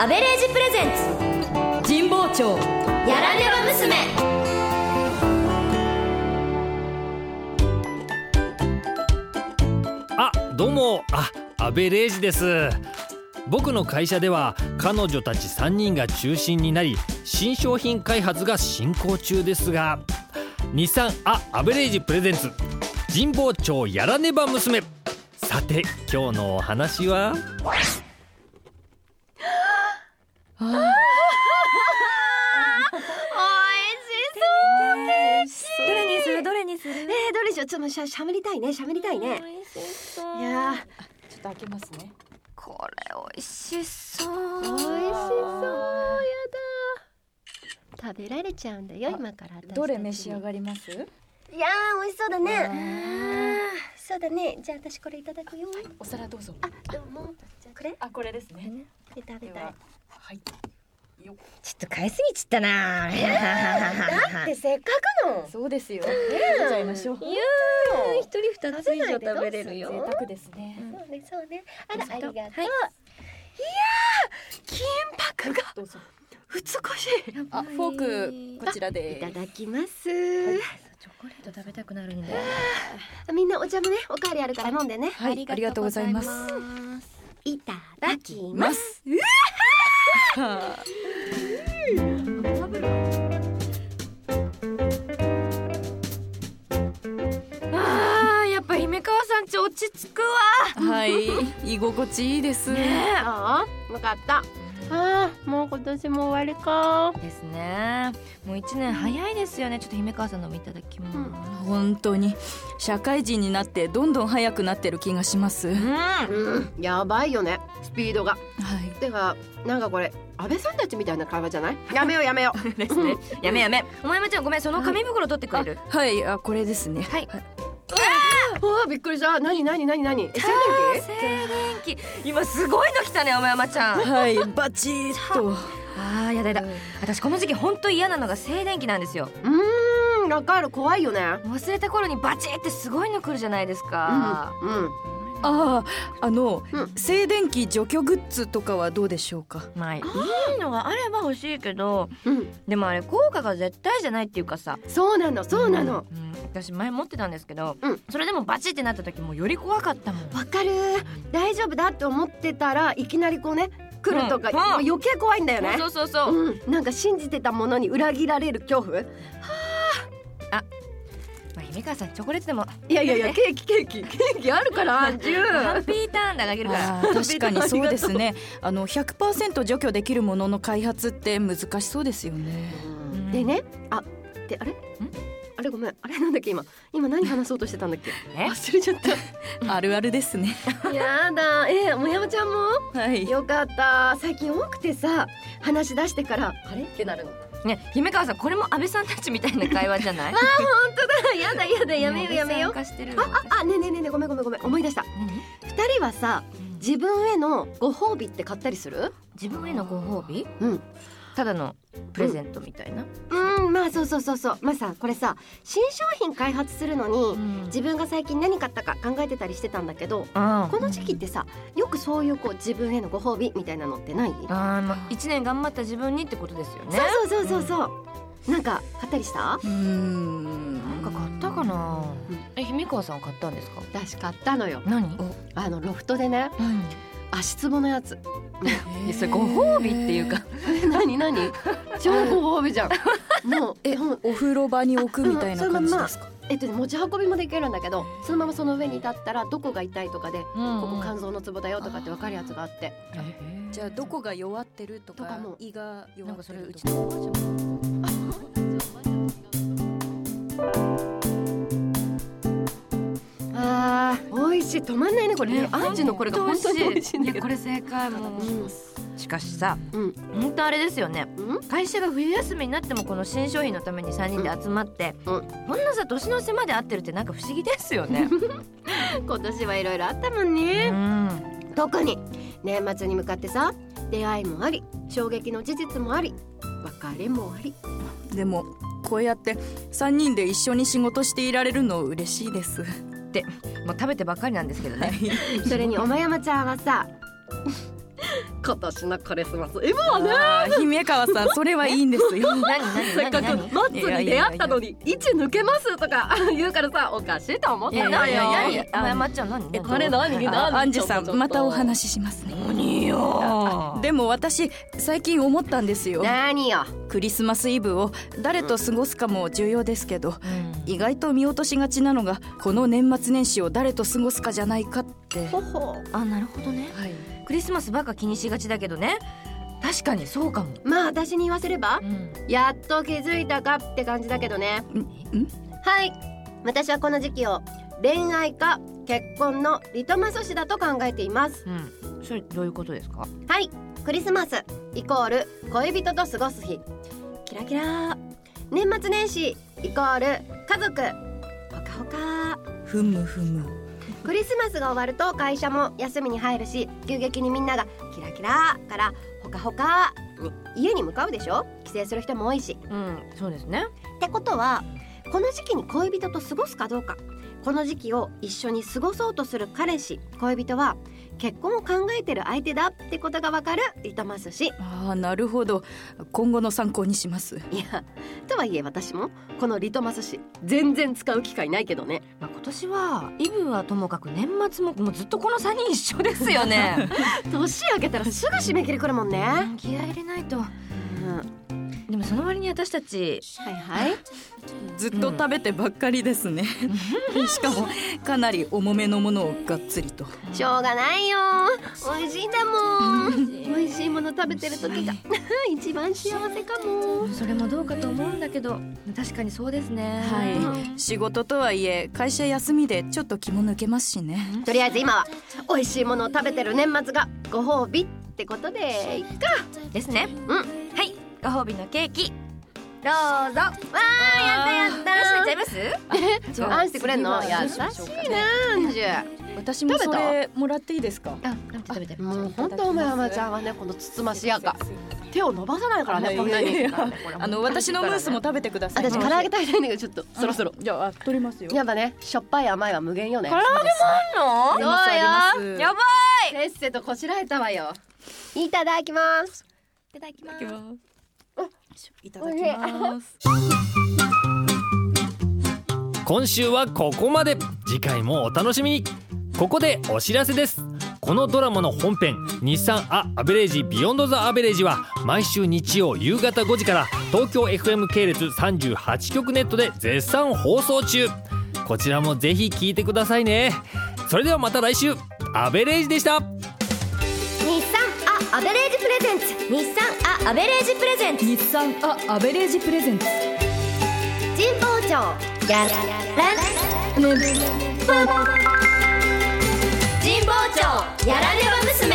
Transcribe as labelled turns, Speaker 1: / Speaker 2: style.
Speaker 1: アベレージプレゼンツ神保町やらねば娘
Speaker 2: あどうもあ安倍レイジです僕の会社では彼女たち3人が中心になり新商品開発が進行中ですが日産あアベレージプレゼンツ神保町やらねば娘さて今日のお話は
Speaker 3: おいしそう
Speaker 4: どれにするどれにする、
Speaker 3: ねえどれでしょうちょっとしゃしゃべりたいねしゃべりたいね
Speaker 4: 美味しそう
Speaker 3: いやー
Speaker 4: ちょっと開けますね
Speaker 3: これ美味しそう
Speaker 4: 美味しそうや
Speaker 3: 食べられちゃうんだよ今から私たち
Speaker 4: どれ召し上がります
Speaker 3: いやー美味しそうだね
Speaker 4: う
Speaker 3: あ
Speaker 4: ん
Speaker 3: ーそうだねじゃあ私これいただくよ
Speaker 4: お皿どうぞ
Speaker 3: あどうもこれ
Speaker 4: あこれですね
Speaker 3: これ食べ
Speaker 4: で
Speaker 3: たい
Speaker 4: ははいよ
Speaker 5: ちょっと買いすぎちったな。
Speaker 3: だってせっかくの
Speaker 4: そうですよ食べちゃいましょう
Speaker 3: いやー一人二つ以上食べれるよ
Speaker 4: 贅沢ですね
Speaker 3: そうねそうねあらありがとう、
Speaker 5: はい
Speaker 3: 金箔が
Speaker 4: どうぞ
Speaker 3: 美しい
Speaker 4: あフォークこちら
Speaker 3: い
Speaker 4: で
Speaker 3: ただきます、
Speaker 5: チョコレート食べたくなるんだ。
Speaker 3: みんなお茶もねおかわりあるから飲んでね
Speaker 4: はいありがとうございます
Speaker 3: いただきます
Speaker 5: ああ、やっぱ姫川さんち落ち着くわ。
Speaker 4: はい居心地いいです
Speaker 3: ああよかったあーもう今年も終わりか
Speaker 5: ですね。もう一年早いですよね。ちょっと姫川さんのもいただきます。
Speaker 4: 本当に社会人になってどんどん早くなってる気がしますは
Speaker 5: う
Speaker 3: うんやばいよねスピードが
Speaker 4: い
Speaker 3: てかなんかこれ安倍さんたちみたいな会話じゃないやめようやめよ う
Speaker 5: ですね。やめやめ。お前まちゃんごめん。その紙袋取ってくれる。
Speaker 4: はいあこれですね
Speaker 5: はい
Speaker 3: あーびっくりした何何何何え静電気
Speaker 5: 静電気。今すごいの来たね、お前まちゃん。
Speaker 4: はいバチッと
Speaker 5: ああ、やだやだ。私この時期本当嫌なのが静電気なんですよ。
Speaker 3: うーんわかる怖いよね
Speaker 5: 忘れた頃にバチってすごいの来るじゃないですか。
Speaker 3: うんうん
Speaker 4: あああの、
Speaker 3: うん
Speaker 4: 静電気除去グッズとかはどうでしょうか
Speaker 5: まあいいのがあれば欲しいけど
Speaker 3: うん
Speaker 5: でもあれ効果が絶対じゃないっていうかさ
Speaker 3: そうなのそうなのわ、、
Speaker 5: ん私前持ってたんですけど、
Speaker 3: うん
Speaker 5: それでもバチってなった時もうより怖かったもん
Speaker 3: かる大丈夫だって思ってたらいきなりこうね来るとか、
Speaker 5: うん
Speaker 3: もう余計怖いんだよね
Speaker 5: そうそうそう、
Speaker 3: うん、なんか信じてたものに裏切られる恐怖
Speaker 5: まあ、姫川さんチョコレートでも
Speaker 3: いやいやいやケーキケーキケーキあるから十
Speaker 5: ハッピーターンだがあげるから
Speaker 4: あー確かにそうですねあの100%除去できるものの開発って難しそうですよね
Speaker 5: ん
Speaker 3: でねあであれあれごめんあれなんだっけ今今何話そうとしてたんだっけ
Speaker 5: え
Speaker 3: 忘れちゃっ
Speaker 4: あるあるですね
Speaker 3: た やだえもやもちゃんも
Speaker 4: はい
Speaker 3: よかった最近多くてさ話し出してからあれってなるの
Speaker 5: ね姫川さんこれも安倍さんたちみたいな会話じゃない
Speaker 3: やだやだやめようやめよう
Speaker 5: 安倍さん化してる
Speaker 3: あああねえねえねえねえごめんごめんごめん思い出した二人はさ
Speaker 5: 何
Speaker 3: 自分へのご褒美って買ったりする
Speaker 5: 自分へのご褒美
Speaker 3: うん
Speaker 5: ただのプレゼントみたいな、
Speaker 3: うんまあそうそうそうそうまあさこれさ新商品開発するのに、自分が最近何買ったか考えてたりしてたんだけど
Speaker 5: あ
Speaker 3: この時期ってさよくそういうこう自分へのご褒美みたいなのってない、
Speaker 5: あー、まあ、1年頑張った自分にってことですよね
Speaker 3: そうそうそうそうそう、なんか買ったりした
Speaker 4: うーん
Speaker 5: なんか買ったかな
Speaker 3: うん
Speaker 5: え姫川さん買ったんですか
Speaker 3: 私買ったのよ
Speaker 5: 何
Speaker 3: あのロフトでね足つぼのやつ
Speaker 5: えそれご褒美っていうか
Speaker 3: 何 何超ご褒美じゃんもう
Speaker 4: え
Speaker 3: ほん
Speaker 4: お風呂場に置くみたいな感じですか、
Speaker 3: えっとね持ち運びもできるんだけどそのままその上に立ったらどこが痛いとかでここ肝臓のツボだよとかって分かるやつがあって
Speaker 4: じゃあどこが弱ってるとか
Speaker 3: とかも
Speaker 4: 胃が弱
Speaker 5: なん
Speaker 4: っ
Speaker 5: かそ
Speaker 4: て
Speaker 5: れ
Speaker 4: る
Speaker 5: う
Speaker 4: と
Speaker 5: ち
Speaker 4: か
Speaker 5: のおばあちゃんも
Speaker 3: あー美味しい止まんないねこれね
Speaker 5: ね
Speaker 3: アンジュのこれが本当に美味しいんだ
Speaker 5: や
Speaker 3: けど
Speaker 5: これ正解もうしかしさ
Speaker 3: うん
Speaker 5: 本当あれですよね
Speaker 3: うん
Speaker 5: 会社が冬休みになってもこの新商品のために3人で集まって
Speaker 3: うんう
Speaker 5: こんなさ年の瀬まで会ってるってなんか不思議ですよね
Speaker 3: 今年はいろいろあったもん
Speaker 5: う
Speaker 3: ね、
Speaker 5: ん
Speaker 3: 特に年末に向かってさ出会いもあり衝撃の事実もあり別れもあり
Speaker 4: でもこうやって3人で一緒に仕事していられるの嬉しいです
Speaker 5: まあ食べてばっかりなんですけどね
Speaker 3: それにおまやまちゃんはさ 今年のクリスマス今はね
Speaker 4: あー姫川さんそれはいいんです よ
Speaker 5: 何何
Speaker 3: せっかく
Speaker 5: 何何
Speaker 3: マッツに出会ったのに位置抜けますとか 言うからさおかしいと思っ
Speaker 5: え
Speaker 3: たん
Speaker 5: 何
Speaker 3: だ
Speaker 4: い
Speaker 3: よ
Speaker 4: やいやいや
Speaker 5: 何何まっちゃん何
Speaker 3: え
Speaker 5: 何
Speaker 3: これ何
Speaker 5: あ
Speaker 3: 何
Speaker 4: あアンジュさ
Speaker 3: ちょっ
Speaker 4: ん
Speaker 3: と
Speaker 4: またお話ししますね
Speaker 5: 何よ
Speaker 4: でも私最近思ったんですよ
Speaker 3: 何よ
Speaker 4: クリスマスイブを誰と過ごすかも重要ですけど
Speaker 5: うん
Speaker 4: 意外と見落としがちなのがこの年末年始を誰と過ごすかじゃないかって
Speaker 3: ほほ
Speaker 5: あなるほどね
Speaker 4: はい
Speaker 5: クリスマスばっか気にしがちだけどね確かにそうかも
Speaker 3: まあ私に言わせれば
Speaker 5: うん
Speaker 3: やっと気づいたかって感じだけどね
Speaker 4: んん
Speaker 3: はい私はこの時期を恋愛か結婚のリトマス紙だと考えています
Speaker 5: うんそれどういうことですか
Speaker 3: はいクリスマスイコール恋人と過ごす日キラキラ年末年始イコール家族ほかほか
Speaker 4: ふむふむ
Speaker 3: クリスマスが終わると会社も休みに入るし急激にみんながキラキラからほかほかに家に向かうでしょ帰省する人も多いし
Speaker 5: うんそうですね
Speaker 3: ってことはこの時期に恋人と過ごすかどうかこの時期を一緒に過ごそうとする彼氏恋人は結婚を考えてる相手だってことがわかるリトマスし
Speaker 4: ああなるほど今後の参考にします
Speaker 3: いやとはいえ私もこのリトマス紙全然使う機会ないけどね
Speaker 5: まあ今年はイブはともかく年末ももうずっとこの3人一緒ですよね
Speaker 3: 年明けたらすぐ締め切り来るもんね、
Speaker 5: うん気合い入れないと
Speaker 3: うん、はい
Speaker 5: でもその割に私たち
Speaker 3: はい
Speaker 4: ずっと食べてばっかりですね、しかもかなり重めのものをがっつりと
Speaker 3: しょうがないよ美味しいんだもん美味しいもの食べてる時が一番幸せかも
Speaker 5: それもどうかと思うんだけど確かにそうですね
Speaker 4: はい仕事とはいえ会社休みでちょっと気も抜けますしね
Speaker 3: とりあえず今は美味しいものを食べてる年末がご褒美ってことでいっか
Speaker 5: ですね
Speaker 3: うんわ
Speaker 5: はいご褒美のケーキどうぞ
Speaker 3: あやった
Speaker 5: 楽し
Speaker 3: やっ
Speaker 5: めち
Speaker 3: た
Speaker 5: ゃいます
Speaker 3: じゃああんしてくれんの
Speaker 5: 次は
Speaker 3: 優しいなアンジュ
Speaker 4: 私もそれもらっていいですか
Speaker 5: あ食べて
Speaker 3: もう本当お前山ちゃんはねこのつつましやか手を伸ばさないからねこんなに
Speaker 4: あの私のムースも食べてください
Speaker 3: 私唐揚げ食べたいんだけどちょっとそろそろ
Speaker 4: じゃあ取りますよ
Speaker 3: やっぱねしょっぱい甘いは無限よね
Speaker 5: の
Speaker 3: そうよ
Speaker 5: やば
Speaker 3: せっせとこしらえたわよいただきますいただきます
Speaker 4: いただきます
Speaker 2: 今週はここまで次回もお楽しみにここでお知らせですこのドラマの本編「日産ア・アベレージ・ビヨンド・ザ・アベレージ」は毎週日曜夕方5時から東京 FM 系列38局ネットで絶賛放送中こちらもぜひ聞いてくださいねそれではまた来週アベレージでした
Speaker 3: 日産アアベレージプレゼンツ
Speaker 5: 日産アアベレージプレゼンツ
Speaker 4: 日産あアベレージプレゼンツ
Speaker 3: 神保町やらら
Speaker 5: 神保町やらねば娘